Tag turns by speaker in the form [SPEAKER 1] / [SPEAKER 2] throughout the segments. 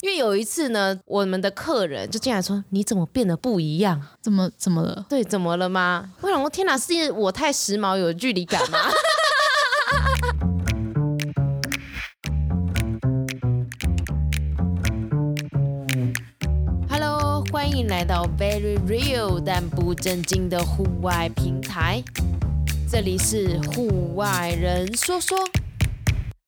[SPEAKER 1] 因为有一次呢，我们的客人就进来说：“你怎么变得不一样？
[SPEAKER 2] 怎么怎么了？
[SPEAKER 1] 对，怎么了吗？”我想说：“天哪，是我太时髦有距离感吗？” Hello，欢迎来到 Very Real 但不正经的户外平台，这里是户外人说说。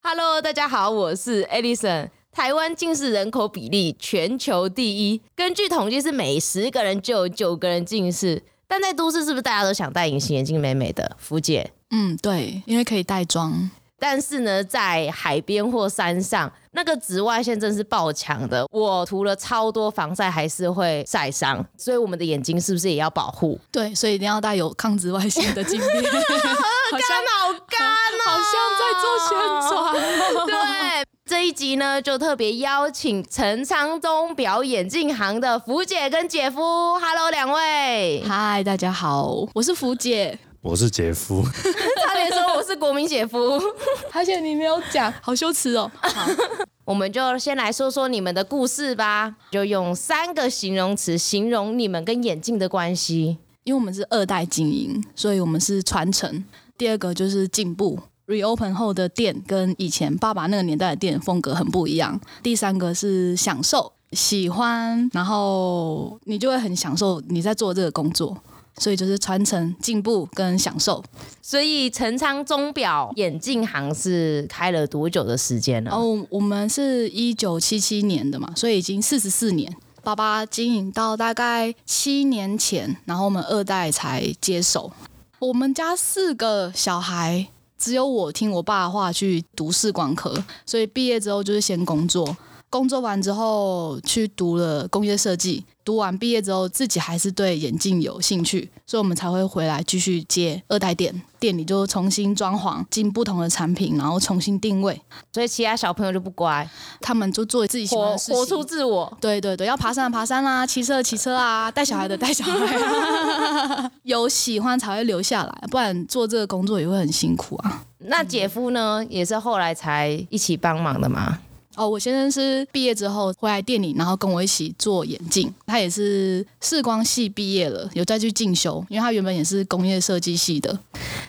[SPEAKER 1] Hello，大家好，我是 Alison。台湾近视人口比例全球第一，根据统计是每十个人就有九个人近视。但在都市是不是大家都想戴隐形眼镜美美的？福姐，
[SPEAKER 2] 嗯，对，因为可以带妆。
[SPEAKER 1] 但是呢，在海边或山上，那个紫外线真是爆强的。我涂了超多防晒，还是会晒伤，所以我们的眼睛是不是也要保护？
[SPEAKER 2] 对，所以一定要带有抗紫外线的镜 片。好
[SPEAKER 1] 干
[SPEAKER 2] 像
[SPEAKER 1] 好干啊！
[SPEAKER 2] 好像在做宣 传哦。
[SPEAKER 1] 对，这一集呢，就特别邀请陈昌东表演镜行的福姐跟姐夫，Hello 两位，
[SPEAKER 2] 嗨，大家好，我是福姐。
[SPEAKER 3] 我是杰夫，
[SPEAKER 1] 差点说我是国民姐 夫。
[SPEAKER 2] 而且你没有讲，好羞耻哦。好，
[SPEAKER 1] 我们就先来说说你们的故事吧，就用三个形容词形容你们跟眼镜的关系。
[SPEAKER 2] 因为我们是二代经营，所以我们是传承。第二个就是进步。reopen 后的店跟以前爸爸那个年代的店风格很不一样。第三个是享受，喜欢，然后你就会很享受你在做这个工作，所以就是传承、进步跟享受。
[SPEAKER 1] 所以陈昌钟表眼镜行是开了多久的时间了？
[SPEAKER 2] 然后哦我们是一九七七年的嘛，所以已经四十四年。爸爸经营到大概七年前，然后我们二代才接手。我们家四个小孩，只有我听我爸的话去读视光科，所以毕业之后就是先工作，工作完之后去读了工业设计，读完毕业之后自己还是对眼镜有兴趣，所以我们才会回来继续接二代店，店里就重新装潢，进不同的产品，然后重新定位。
[SPEAKER 1] 所以其他小朋友就不乖，
[SPEAKER 2] 他们就做自己喜欢
[SPEAKER 1] 活
[SPEAKER 2] 的事情，
[SPEAKER 1] 活出自我。
[SPEAKER 2] 对对对，要爬山的爬山啦、骑车的骑车啊，带 小孩的带小孩、啊，有喜欢才会留下来，不然做这个工作也会很辛苦啊。
[SPEAKER 1] 那姐夫呢，也是后来才一起帮忙的嘛。
[SPEAKER 2] 哦，我先生是毕业之后回来店里，然后跟我一起做眼镜，他也是视光系毕业了，有再去进修，因为他原本也是工业设计系的。
[SPEAKER 1] 嗯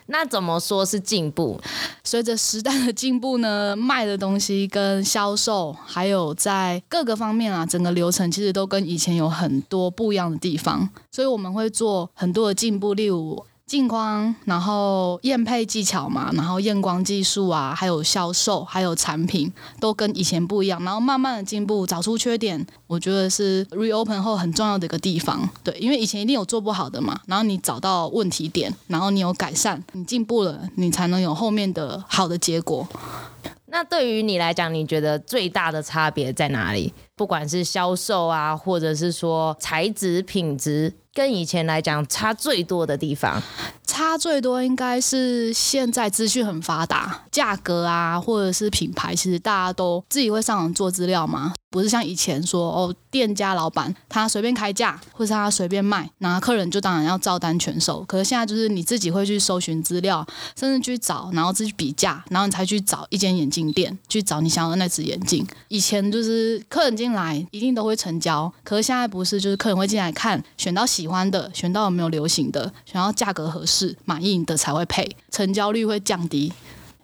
[SPEAKER 1] 那怎么说是进步？
[SPEAKER 2] 随着时代的进步呢，卖的东西跟销售，还有在各个方面啊，整个流程其实都跟以前有很多不一样的地方，所以我们会做很多的进步，例如镜框，然后验配技巧嘛，然后验光技术啊，还有销售，还有产品都跟以前不一样，然后慢慢的进步，找出缺点，我觉得是 reopen 后很重要的一个地方。对，因为以前一定有做不好的嘛，然后你找到问题点，然后你有改善，你进步了，你才能有后面的好的结果。
[SPEAKER 1] 那对于你来讲，你觉得最大的差别在哪里？不管是销售啊，或者是说材质、品质，跟以前来讲差最多的地方。
[SPEAKER 2] 差最多应该是现在资讯很发达，价格啊，或者是品牌，其实大家都自己会上网做资料嘛，不是像以前说哦，店家老板他随便开价，或是他随便卖，那客人就当然要照单全收。可是现在就是你自己会去搜寻资料，甚至去找，然后自己比价，然后你才去找一间眼镜店去找你想要的那只眼镜。以前就是客人进来一定都会成交，可是现在不是，就是客人会进来看，选到喜欢的，选到有没有流行的，选到价格合适、满意的才会配，成交率会降低。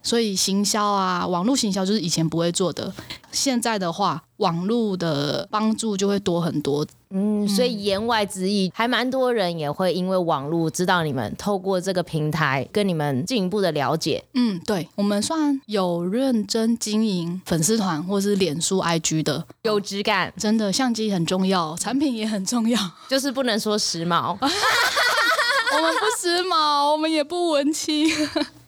[SPEAKER 2] 所以行销啊，网络行销就是以前不会做的，现在的话，网络的帮助就会多很多。
[SPEAKER 1] 嗯，所以言外之意，还蛮多人也会因为网络知道你们，透过这个平台跟你们进一步的了解。
[SPEAKER 2] 嗯，对，我们算有认真经营粉丝团或是脸书、IG 的，
[SPEAKER 1] 有质感
[SPEAKER 2] 真的相机很重要，产品也很重要。
[SPEAKER 1] 就是不能说时髦，
[SPEAKER 2] 我们不时髦，我们也不文青。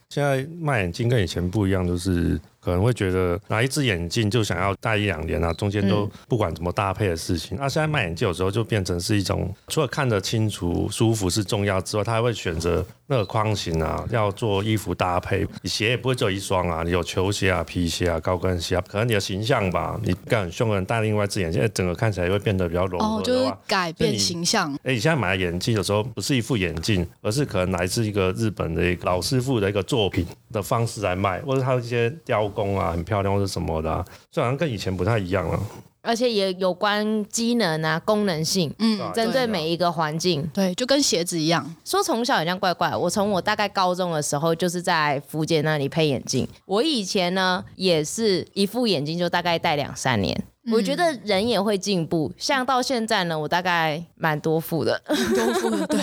[SPEAKER 3] 现在卖眼镜跟以前不一样，就是可能会觉得拿一只眼镜就想要戴一两年啊，中间
[SPEAKER 2] 嗯
[SPEAKER 3] 都不管怎么搭配的事情。那、现在卖眼镜有时候就变成是一种，除了看得清楚、舒服是重要之外，他还会选择那个框型啊，要做衣服搭配。你鞋也不会只有一双啊，你有球鞋啊、皮鞋啊、高跟鞋啊，可能你的形象吧，你干很凶的人戴另外一只眼镜，哎整个看起来会变得比较柔
[SPEAKER 2] 哦
[SPEAKER 3] 和，
[SPEAKER 2] 就
[SPEAKER 3] 的话。
[SPEAKER 2] 是改变形象。
[SPEAKER 3] 哎、你现在买的眼镜有时候不是一副眼镜，而是可能来自一个日本的一个老师傅的一个作品的方式来卖，或者他一些雕工啊，很漂亮或者什么的、啊，所以好像跟以前不太一样了。
[SPEAKER 1] 嗯、而且也有关机能啊、功能性，
[SPEAKER 2] 嗯，
[SPEAKER 1] 针对啊哦每一个环境。
[SPEAKER 2] 对，就跟鞋子 一样，
[SPEAKER 1] 说从小好像怪怪，我从我大概高中的时候就是在福姐那里配眼镜。我以前呢也是一副眼镜就大概戴两三年。我觉得人也会进步，像到现在呢，我大概蛮多副的，
[SPEAKER 2] 多付的 对，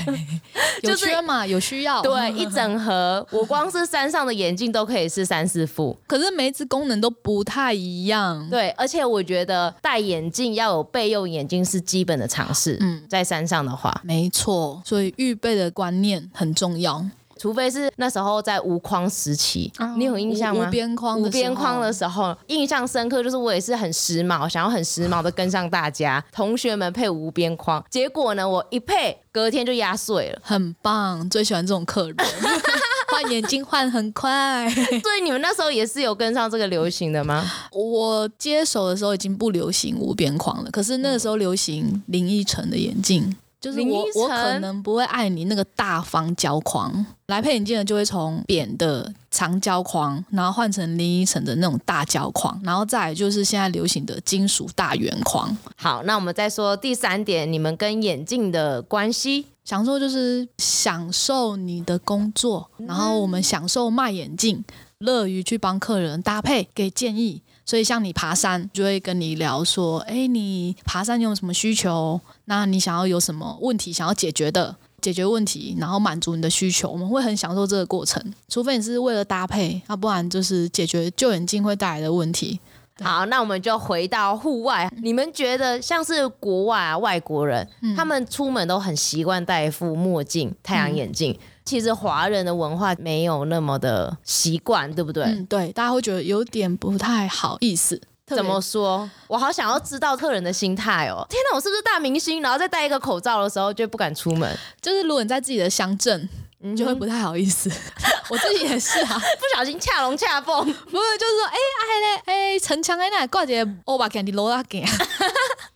[SPEAKER 2] 有
[SPEAKER 1] 就是
[SPEAKER 2] 缺嘛，有需要，嗯
[SPEAKER 1] 对，一整盒，我光是山上的眼镜都可以是三四副，
[SPEAKER 2] 可是每一只功能都不太一样，
[SPEAKER 1] 对，而且我觉得戴眼镜要有备用眼镜是基本的常识，
[SPEAKER 2] 嗯
[SPEAKER 1] 在山上的话，
[SPEAKER 2] 没错，所以预备的观念很重要。
[SPEAKER 1] 除非是那时候在无框时期，你有印象
[SPEAKER 2] 哦无
[SPEAKER 1] 吗？
[SPEAKER 2] 边框的
[SPEAKER 1] 无
[SPEAKER 2] 时候，
[SPEAKER 1] 边框的时候，印象深刻就是我也是很时髦，想要很时髦的跟上大 家，同学们配无边框，结果呢，我一配隔天就压碎 了。
[SPEAKER 2] 很棒，最喜欢这种客人， 换眼睛换很快。
[SPEAKER 1] 所以你们那时候也是有跟上这个流行的吗？
[SPEAKER 2] 我接手的时候已经不流行无边框了，可是那个时候流行林依晨的眼镜。就是
[SPEAKER 1] 林
[SPEAKER 2] 我
[SPEAKER 1] 依，晨
[SPEAKER 2] 我可能不会爱你那个大方胶框，来配眼镜的就会从扁的长胶框，然后换成林依晨的那种大胶框，然后再来就是现在流行的金属大圆框。
[SPEAKER 1] 好，那我们再说第三点，你们跟眼镜的关系。
[SPEAKER 2] 享受就是享受你的工作，然后我们享受卖眼镜，乐于去帮客人搭配给建议。所以像你爬山，就会跟你聊说，哎，你爬山有什么需求？那你想要有什么问题想要解决的？解决问题，然后满足你的需求，我们会很享受这个过程。除非你是为了搭配，要、不然就是解决旧眼镜会带来的问题。对嗯
[SPEAKER 1] 好，那我们就回到户外。你们觉得像是国外啊，外国人、他们出门都很习惯戴一副墨镜、太
[SPEAKER 2] 嗯
[SPEAKER 1] 阳眼镜。其实华人的文化没有那么的习惯，对不对？
[SPEAKER 2] 嗯，对，大家会觉得有点不太好意思。特别
[SPEAKER 1] 怎么说？我好想要知道客人的心态哦！天哪，我是不是大明星？然后再戴一个口罩的时候就不敢出门，
[SPEAKER 2] 就是如果你在自己的乡镇，你就会不太好意思。嗯 我自己也是啊，
[SPEAKER 1] 不小心恰龙恰凤，
[SPEAKER 2] 不是就是说，哎、啊嘿嘞，哎、城墙哎那挂一个欧巴给你罗拉给。啊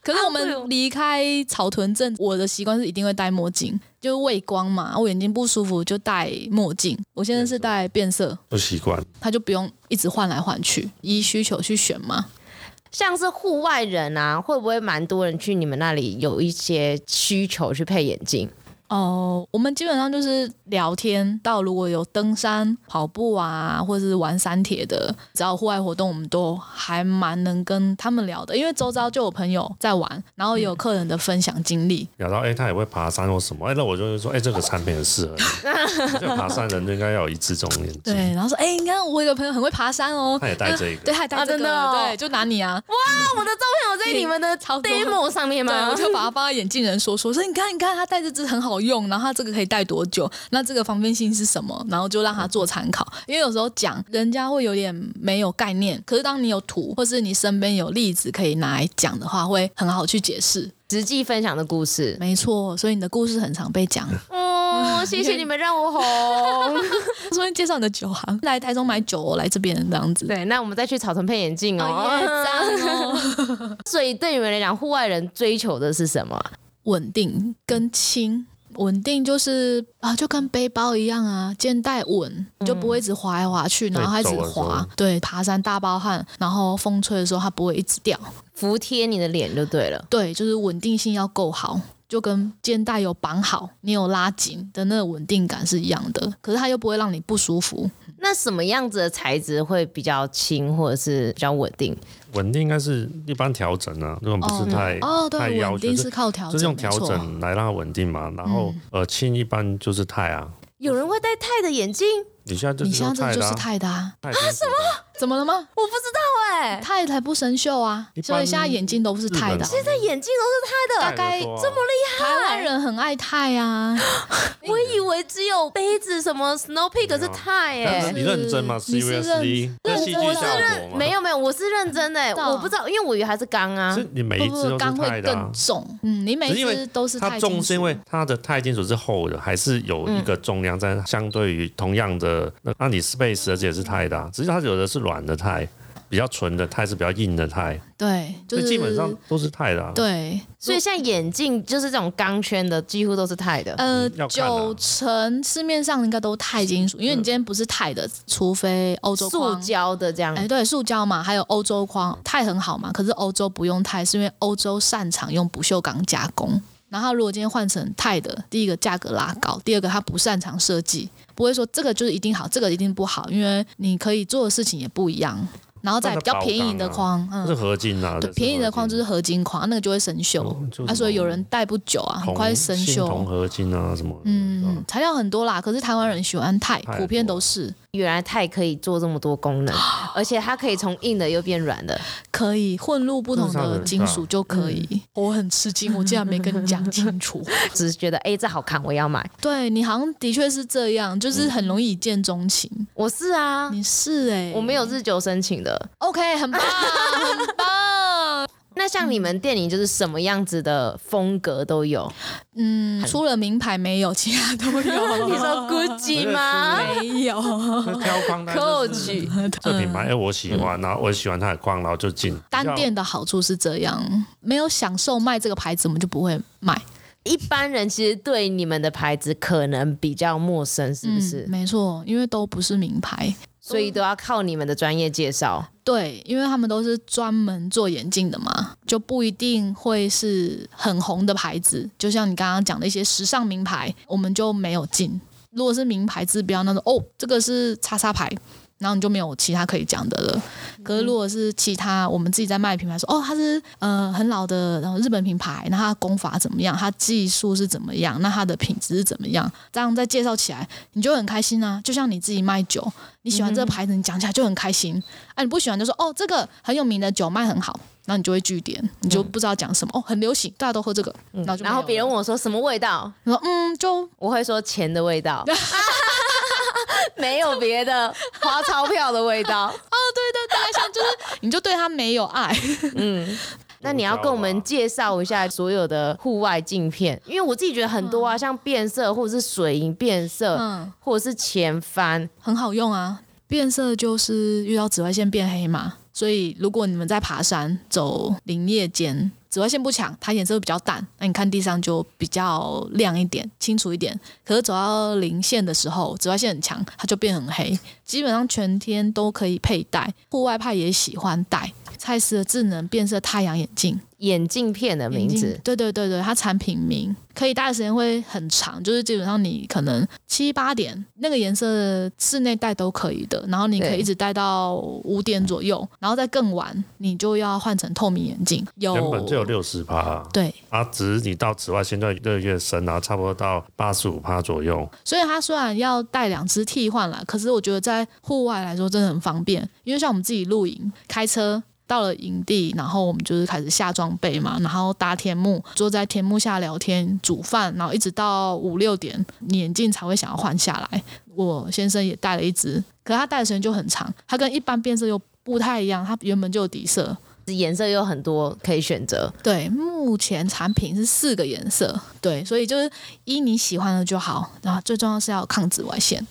[SPEAKER 2] 可是
[SPEAKER 1] 啊对
[SPEAKER 2] 我
[SPEAKER 1] 哦
[SPEAKER 2] 们离开草屯镇，我的习惯是一定会戴墨镜，就是畏光嘛，我眼睛不舒服就戴墨镜。我现在是戴变色，
[SPEAKER 3] 不习惯。
[SPEAKER 2] 它就不用一直换来换去，依需求去选嘛。
[SPEAKER 1] 像是户外人啊，会不会蛮多人去你们那里有一些需求去配眼镜？
[SPEAKER 2] 哦，我们基本上就是聊天到如果有登山、跑步啊，或者是玩山铁的，只要有户外活动，我们都还蛮能跟他们聊的，因为周遭就有朋友在玩，然后也有客人的分享经历。
[SPEAKER 3] 聊到哎、诶他也会爬山或什么，哎、那我就会说，哎、这个产品很适合 你。我觉得爬山人就应该要有一致这种眼
[SPEAKER 2] 对，
[SPEAKER 3] 镜，
[SPEAKER 2] 然后说，哎、你看我有个朋友很会爬山哦，
[SPEAKER 3] 他也戴这个
[SPEAKER 2] 对，他也带
[SPEAKER 1] 啊
[SPEAKER 2] 这
[SPEAKER 1] 真
[SPEAKER 2] 个，
[SPEAKER 1] 的哦
[SPEAKER 2] 对，就拿你啊，
[SPEAKER 1] 啊，我的照片有在你们的
[SPEAKER 2] 超多
[SPEAKER 1] demo 上面
[SPEAKER 2] 对，
[SPEAKER 1] 吗
[SPEAKER 2] 我？就把它放在眼镜人说说，说你看，你看，他戴这只很好用，然后他这个可以戴多久？那这个方便性是什么？然后就让他做参考，因为有时候讲人家会有点没有概念，可是当你有图或是你身边有例子可以拿来讲的话，会很好去解释。
[SPEAKER 1] 实际分享的故事。
[SPEAKER 2] 没错，所以你的故事很常被讲。
[SPEAKER 1] 哦，谢谢你们让我红。
[SPEAKER 2] 顺便介绍你的酒行，来台中买酒、哦，来这边这样 子。
[SPEAKER 1] 对，那我们再去草屯配眼镜
[SPEAKER 2] 哦耶
[SPEAKER 1] 哦。
[SPEAKER 2] 赞哦
[SPEAKER 1] 所以对你们来讲，户外人追求的是什么？
[SPEAKER 2] 稳定跟轻。稳定就是啊，就跟背包一样啊，肩带稳，就不会一直滑来滑去，然后它一直
[SPEAKER 3] 嗯对走的时啊候
[SPEAKER 2] 滑。对，爬山大暴汗，然后风吹的时候它不会一直掉。
[SPEAKER 1] 服帖你的脸就对了。
[SPEAKER 2] 对，就是稳定性要够好，就跟肩带有绑好，你有拉紧的那个稳定感是一样的。可是它又不会让你不舒服。
[SPEAKER 1] 那什么样子的材质会比较轻，或者是比较稳定？
[SPEAKER 3] 稳定应该是一般调整啊，这种不是太、
[SPEAKER 2] 哦，
[SPEAKER 3] 太
[SPEAKER 2] 对，
[SPEAKER 3] 要
[SPEAKER 2] 稳
[SPEAKER 3] 求，
[SPEAKER 2] 定
[SPEAKER 3] 就是
[SPEAKER 2] 靠调整，
[SPEAKER 3] 就是用调
[SPEAKER 2] 没错。嗯
[SPEAKER 3] 整来让它稳定嘛。然后、呃，轻一般就是钛啊，
[SPEAKER 1] 有人会戴钛的眼镜？
[SPEAKER 3] 你现在就
[SPEAKER 2] 你
[SPEAKER 3] 是
[SPEAKER 2] 现
[SPEAKER 3] 用
[SPEAKER 2] 在
[SPEAKER 3] 钛
[SPEAKER 2] 这
[SPEAKER 3] 的
[SPEAKER 2] 就是
[SPEAKER 3] 啊，
[SPEAKER 2] 泰的啊，
[SPEAKER 3] 钛什么？
[SPEAKER 2] 怎么了吗？
[SPEAKER 1] 我不知道哎、
[SPEAKER 2] 泰才不生锈啊
[SPEAKER 3] 一，
[SPEAKER 2] 所以
[SPEAKER 3] 般
[SPEAKER 2] 现在眼镜都不是泰的啊。
[SPEAKER 1] 现在眼镜都是钛
[SPEAKER 3] 大
[SPEAKER 1] 的，
[SPEAKER 2] 概
[SPEAKER 3] 这么
[SPEAKER 2] 台湾人很爱泰啊，
[SPEAKER 1] 我以为只有杯子什么 Snow Peak 是钛哎、
[SPEAKER 3] 你认真吗？
[SPEAKER 2] 嗯
[SPEAKER 3] 十
[SPEAKER 2] 是
[SPEAKER 3] 一月十一，那戏
[SPEAKER 2] 我
[SPEAKER 3] 剧
[SPEAKER 2] 是
[SPEAKER 3] 效果吗？
[SPEAKER 1] 没有没有，我是认真的、欸，
[SPEAKER 2] 真的哦
[SPEAKER 1] 我不知道，因为我以为还是钢啊
[SPEAKER 3] 是。你每一
[SPEAKER 2] 不
[SPEAKER 3] 只
[SPEAKER 2] 不，
[SPEAKER 3] 都是
[SPEAKER 2] 钢
[SPEAKER 3] 钛
[SPEAKER 2] 会
[SPEAKER 3] 的、啊
[SPEAKER 2] 更。重。嗯，你每
[SPEAKER 3] 只是因为
[SPEAKER 2] 次都是
[SPEAKER 3] 它
[SPEAKER 2] 钛
[SPEAKER 3] 重
[SPEAKER 2] 金
[SPEAKER 3] 是因
[SPEAKER 2] 属。
[SPEAKER 3] 为它的钛金属是厚的，还是有一
[SPEAKER 2] 嗯
[SPEAKER 3] 个重量在，相对于同样的，那那你 space 而且是钛的啊、只是它有的是软的钛，比较纯的钛是比较硬的钛，
[SPEAKER 2] 对，就
[SPEAKER 3] 所
[SPEAKER 2] 是
[SPEAKER 3] 以基本上都是钛的、啊。，
[SPEAKER 2] 对，
[SPEAKER 1] 所以像眼镜就是这种钢圈的，几乎都是钛的。
[SPEAKER 2] 呃，
[SPEAKER 3] 要看啊嗯
[SPEAKER 2] 九成市面上应该都钛金属，因为你今天不是钛的，除非欧洲
[SPEAKER 1] 塑
[SPEAKER 2] 框。
[SPEAKER 1] 胶的这样
[SPEAKER 2] 哎，对，塑胶嘛，还有欧洲框，钛很好嘛。可是欧洲不用钛，是因为欧洲擅长用不锈钢加工。然后如果今天换成钛的，第一个价格拉高，第二个它不擅长设计，不会说这个就是一定好，这个一定不好，因为你可以做的事情也不一样。然后再比较便宜的框，
[SPEAKER 3] 这
[SPEAKER 2] 嗯，
[SPEAKER 3] 是合金啊。
[SPEAKER 2] 对，便宜的框就是是合金框，那个就会生锈。啊，所以有人戴不久啊，很快生
[SPEAKER 3] 锌铜
[SPEAKER 2] 锈。
[SPEAKER 3] 合金啊什么的。
[SPEAKER 2] 嗯，材料很多啦，可是台湾人喜欢钛，
[SPEAKER 3] 钛
[SPEAKER 2] 普遍都是
[SPEAKER 1] 原来钛可以做这么多功 能，而且它可以从硬的又变软的。
[SPEAKER 2] 可以混入不同
[SPEAKER 3] 这是他
[SPEAKER 2] 的
[SPEAKER 3] 们
[SPEAKER 2] 金属就可以。我很吃惊，我竟然没跟你讲清楚。
[SPEAKER 1] 只是觉得哎、诶这好看，我要买。
[SPEAKER 2] 对你好像的确是这样，就是很容易一见钟情。
[SPEAKER 1] 我是啊，
[SPEAKER 2] 你是哎、
[SPEAKER 1] 我没有日久生情的。
[SPEAKER 2] OK，很棒，很棒。
[SPEAKER 1] 那像你们店里就是什么样子的风格都 有？
[SPEAKER 2] 嗯，除了名牌没有，其他都有。
[SPEAKER 1] 你说 Gucci 吗
[SPEAKER 2] 没有？
[SPEAKER 3] 那挑框带就是
[SPEAKER 1] ？Coach
[SPEAKER 3] 这品牌，哎，我喜欢，然后我喜欢它的框，然后就进
[SPEAKER 2] 嗯单店的好处是这样，没有享受卖这个牌子，我们就不会卖。
[SPEAKER 1] 一般人其实对你们的牌子可能比较陌生，是不是？
[SPEAKER 2] 嗯、没错，因为都不是名牌。
[SPEAKER 1] 所以都要靠你们的专业介绍。
[SPEAKER 2] 对，因为他们都是专门做眼镜的嘛，就不一定会是很红的牌子。就像你刚刚讲的一些时尚名牌，我们就没有进。如果是名牌字标那种，哦，这个是叉叉牌，然后你就没有其他可以讲的了。
[SPEAKER 1] 嗯
[SPEAKER 2] 可是如果是其他我们自己在卖的品牌，说哦，它是呃很老的，然后日本品牌，那它的工法怎么样，它技术是怎么样，那它的品质是怎么样，这样再介绍起来，你就会很开心啊。就像你自己卖酒，你喜欢
[SPEAKER 1] 嗯
[SPEAKER 2] 这个牌子，你讲起来就很开心啊。你不喜欢就说哦，这个很有名的酒卖很好，然后你就会据点，你就不知道讲什么、哦，很流行，大家都喝这个，然后就
[SPEAKER 1] 嗯然后别人
[SPEAKER 2] 我
[SPEAKER 1] 问我说什么味道，
[SPEAKER 2] 说嗯，就
[SPEAKER 1] 我会说钱的味 道，没有别的，花钞票的味道。
[SPEAKER 2] 哦你就对它没有爱。
[SPEAKER 1] 那你要跟我们介绍一下所有的户外镜片，因为我自己觉得很多啊，像变色或者是水银变色，
[SPEAKER 2] 嗯
[SPEAKER 1] 或者是前翻，
[SPEAKER 2] 很好用啊。变色就是遇到紫外线变黑嘛，所以如果你们在爬山走林业间，紫外线不强，它颜色会比较淡，那你看地上就比较亮一点、清楚一点。可是走到零线的时候，紫外线很强，它就变很黑。基本上全天都可以佩戴，户外派也喜欢戴。蔡司的智能变色太阳眼镜，
[SPEAKER 1] 眼镜片的名
[SPEAKER 2] 眼镜
[SPEAKER 1] 字，
[SPEAKER 2] 对对对对，它产品名可以戴的时间会很长，就是基本上你可能七八点那个颜色室内戴都可以的，然后你可
[SPEAKER 1] 对
[SPEAKER 2] 以一直戴到五点左右，然后再更晚你就要换成透明眼镜。有
[SPEAKER 3] 原本就有六十趴，
[SPEAKER 2] 对，
[SPEAKER 3] 啊，只是你到紫外线就越来越深啊，差不多到八十五趴左右。
[SPEAKER 2] 所以它虽然要带两只替换啦，可是我觉得在户外来说真的很方便，因为像我们自己露营，开车到了营地，然后我们就是开始下装备嘛，然后搭天幕，坐在天幕下聊天、煮饭，然后一直到五六点，你眼镜才会想要换下来。我先生也戴了一只，可他戴的时间就很长，它跟一般变色又不太一样，它原本就有底色。
[SPEAKER 1] 颜色有很多可以选择。
[SPEAKER 2] 对，目前产品是四个颜色，对，所以就是依你喜欢的就好，然后最重要是要抗紫外线。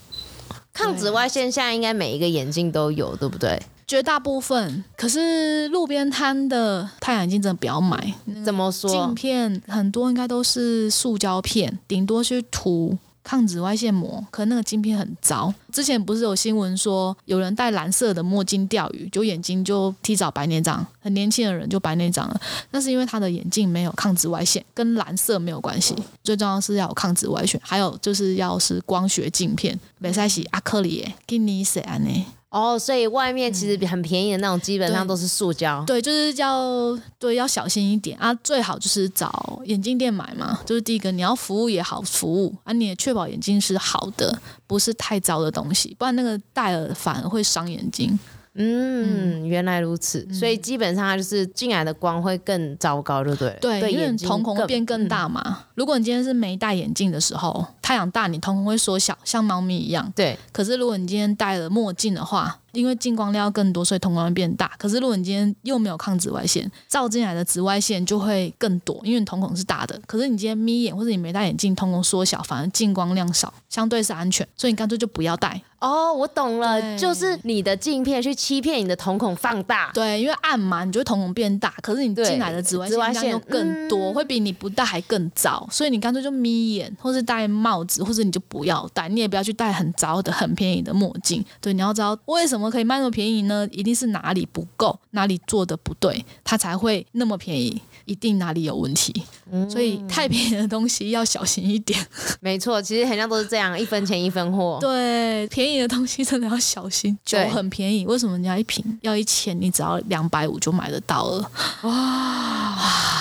[SPEAKER 1] 抗紫外线现在应该每一个眼镜都有，对不对？
[SPEAKER 2] 绝大部分，可是路边摊的太阳镜真的不要买，
[SPEAKER 1] 怎么说
[SPEAKER 2] 镜？片很多应该都是塑胶片，顶多去涂抗紫外线膜，可那个镜片很糟。之前不是有新闻说有人戴蓝色的墨镜钓鱼，就眼睛就提早白内障，很年轻的人就白内障了，那是因为他的眼镜没有抗紫外线，跟蓝色没有关系。最重要是要有抗紫外线，还有就是要是光学镜片，美赛洗阿克里耶，给你谁安呢？
[SPEAKER 1] 哦，所以外面其实很便宜的那种，基本上都是塑胶。
[SPEAKER 2] 对，就是要对要小心一点啊，最好就是找眼镜店买嘛。就是第一个，你要服务也好服务啊，你也确保眼镜是好的，不是太糟的东西，不然那个戴了反而会伤眼睛。
[SPEAKER 1] 嗯，原来如此。所以基本上它就是进来的光会更糟糕，就对了。
[SPEAKER 2] 对，因为
[SPEAKER 1] 眼
[SPEAKER 2] 你
[SPEAKER 1] 睛嗯
[SPEAKER 2] 瞳孔会变更大嘛。如果你今天是没戴眼镜的时候，太阳大，你瞳孔会缩小，像猫咪一样。
[SPEAKER 1] 对，
[SPEAKER 2] 可是如果你今天戴了墨镜的话，因为进光量要更多，所以瞳孔会变大。可是如果你今天又没有抗紫外线，照进来的紫外线就会更多，因为你瞳孔是大的。可是你今天眯眼或者你没戴眼镜，瞳孔缩小，反而进光量少，相对是安全，所以你干脆就不要戴。
[SPEAKER 1] 哦，我懂了，
[SPEAKER 2] 对
[SPEAKER 1] 就是你的镜片去欺骗你的瞳孔放大。
[SPEAKER 2] 对，因为暗嘛，你就会瞳孔变大，可是你
[SPEAKER 1] 对
[SPEAKER 2] 进来的紫外
[SPEAKER 1] 紫外
[SPEAKER 2] 线量又
[SPEAKER 1] 线
[SPEAKER 2] 更多，
[SPEAKER 1] 嗯
[SPEAKER 2] 会比你不戴还更糟，所以你干脆就眯眼，或是戴帽子，或者你就不要戴，你也不要去戴很糟的、很便宜的墨镜。对，你要知道为什么可以卖那么便宜呢？一定是哪里不够，哪里做的不对，它才会那么便宜，一定哪里有问题。所以
[SPEAKER 1] 嗯
[SPEAKER 2] 太便宜的东西要小心一点。
[SPEAKER 1] 没错，其实很像都是这样，一分钱一分货。
[SPEAKER 2] 对，便宜的东西真的要小心。酒
[SPEAKER 1] 对
[SPEAKER 2] 很便宜，为什么人家一瓶要一千，你只要两百五就买得到了？啊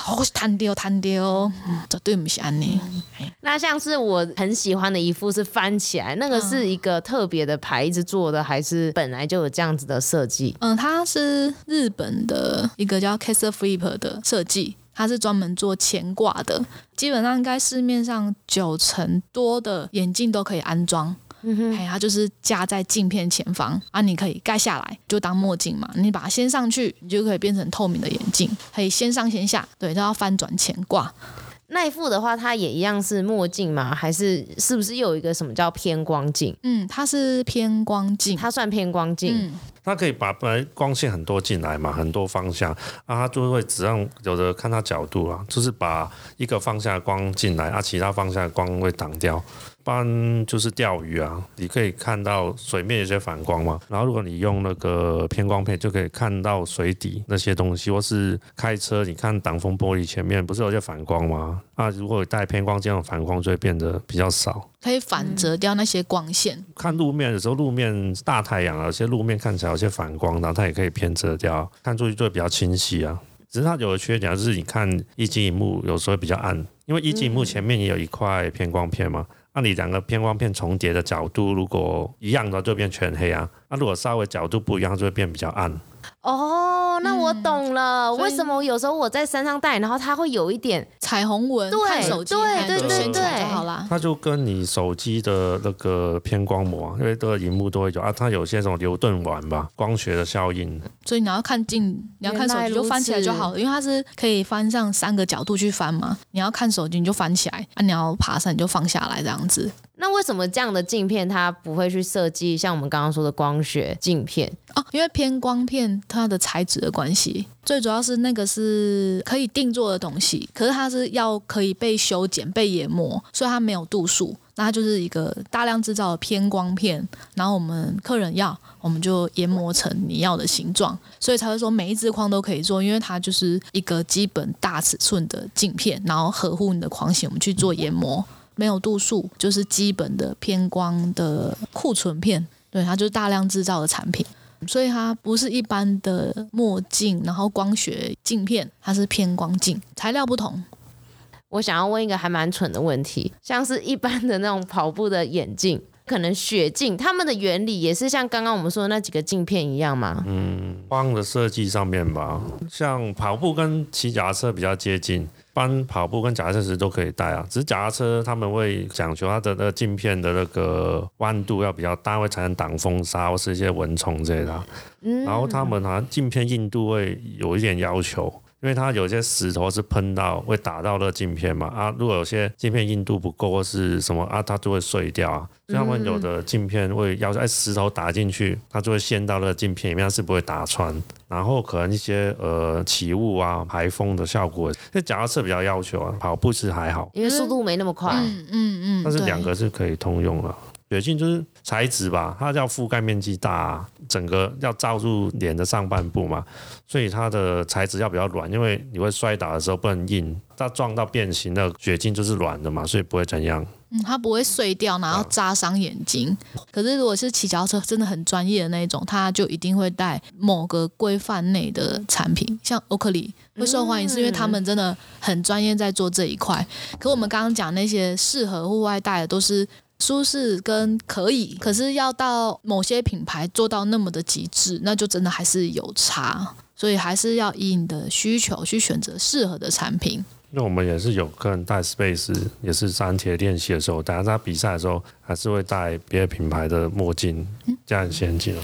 [SPEAKER 2] 哇，我贪丢贪丢，嗯绝对不是安尼。
[SPEAKER 1] 那像是我很喜欢的一副是翻起来，那个是一个特别的牌子做的，还是本来就有这样子的设计？
[SPEAKER 2] 嗯，它是日本的一个叫 Kaiser Flip 的设计，它是专门做前挂的，基本上应该市面上九成多的眼镜都可以安装。
[SPEAKER 1] 嗯
[SPEAKER 2] 哎，它就是架在镜片前方啊，你可以盖下来就当墨镜嘛，你把它掀上去，你就可以变成透明的眼镜，可以先上先下，对，都要翻转前挂。
[SPEAKER 1] 那一副的话，它也一样是墨镜吗？还是是不是又有一个什么叫偏光镜？
[SPEAKER 2] 嗯，它是偏光镜，
[SPEAKER 1] 它算偏光镜，
[SPEAKER 2] 嗯，
[SPEAKER 3] 它可以把本来光线很多进来嘛，很多方向啊，它就会只让有的看它角度啊，就是把一个方向的光进来啊，其他方向的光会挡掉。不然就是钓鱼啊，你可以看到水面有些反光嘛。然后如果你用那个偏光片，就可以看到水底那些东西，或是开车，你看挡风玻璃前面不是有些反光吗？啊，如果带偏光这样的反光就会变得比较少。
[SPEAKER 2] 可以
[SPEAKER 1] 嗯
[SPEAKER 2] 反折掉那些光线。
[SPEAKER 3] 看路面的时候，路面大太阳啊，有些路面看起来有些反光，然后它也可以偏遮掉，看出去就会比较清晰啊。只是它有个缺点就是，你看一机一幕有时候会比较暗，因为一机一幕前面也有一块偏光片嘛。那、你两个偏光片重叠的角度如果一样的，就变全黑啊。那、如果稍微角度不一样，就会变比较暗。
[SPEAKER 1] 哦，那我懂了，
[SPEAKER 2] 嗯所以
[SPEAKER 1] 为什么有时候我在山上戴，然后它会有一点
[SPEAKER 2] 彩虹纹，
[SPEAKER 1] 对
[SPEAKER 2] 看手机
[SPEAKER 1] 对
[SPEAKER 2] 哎
[SPEAKER 1] 对
[SPEAKER 2] 就
[SPEAKER 3] 对
[SPEAKER 2] 掀起来就
[SPEAKER 1] 对
[SPEAKER 2] 好啦。
[SPEAKER 3] 它就跟你手机的那个偏光膜啊，因为这个荧幕都会有啊，它有些什么牛顿碗吧，光学的效应，
[SPEAKER 2] 所以你要看镜，你要看手机就翻起来就好了，因为它是可以翻上三个角度去翻嘛。你要看手机你就翻起来，啊，你要爬山你就放下来这样子。
[SPEAKER 1] 那为什么这样的镜片它不会去设计像我们刚刚说的光学镜片？
[SPEAKER 2] 哦，因为偏光片它的材质的关系，最主要是那个是可以定做的东西，可是它是要可以被修剪、被研磨，所以它没有度数。那它就是一个大量制造的偏光片，然后我们客人要，我们就研磨成你要的形状，所以才会说每一只框都可以做，因为它就是一个基本大尺寸的镜片，然后合乎你的框型，我们去做研磨，没有度数，就是基本的偏光的库存片，对，它就是大量制造的产品。所以它不是一般的墨镜，然后光学镜片，它是偏光镜，材料不同。
[SPEAKER 1] 我想要问一个还蛮蠢的问题，像是一般的那种跑步的眼镜，可能雪镜，它们的原理也是像刚刚我们说的那几个镜片一样吗？
[SPEAKER 3] 光的设计上面吧，像跑步跟骑脚踏车比较接近。般跑步跟脚踏车其实都可以戴啊，只是脚踏车他们会讲求它的那个镜片的那个弯度要比较大，会产生挡风沙或是一些蚊虫之类的啊、
[SPEAKER 1] 嗯
[SPEAKER 3] 然后他们好像镜片硬度会有一点要求，因为它有些石头是喷到会打到那个镜片嘛啊，如果有些镜片硬度不够或是什么啊，它就会碎掉啊。所以他们有的镜片会要求哎石头打进去，它就会陷到那个镜片里面，它是不会打穿。然后可能一些呃起雾啊、排风的效果，这脚踏车比较要求啊，跑步是还好，
[SPEAKER 1] 因为速度没那么快，
[SPEAKER 2] 嗯嗯嗯，
[SPEAKER 3] 但是
[SPEAKER 2] 对
[SPEAKER 3] 两个是可以通用的。雪镜就是材质吧，它要覆盖面积大、整个要罩住脸的上半部嘛，所以它的材质要比较软，因为你会摔倒的时候不能硬，它撞到变形的雪镜就是软的嘛，所以不会怎样。
[SPEAKER 2] 嗯，它不会碎掉，然后扎伤眼睛。可是如果是骑脚踏车，真的很专业的那一种，它就一定会带某个规范内的产品，像欧克里会受欢迎，是因为他们真的很专业在做这一块。可我们刚刚讲那些适合户外戴的都是。舒适跟可以，可是要到某些品牌做到那么的极致，那就真的还是有差，所以还是要以你的需求去选择适合的产品。
[SPEAKER 3] 因为我们也是有客人带 Space，也是粘贴练习的时候戴，但是他
[SPEAKER 2] 嗯
[SPEAKER 3] 比赛的时候还是会戴别的品牌的墨镜，这样很先进哦。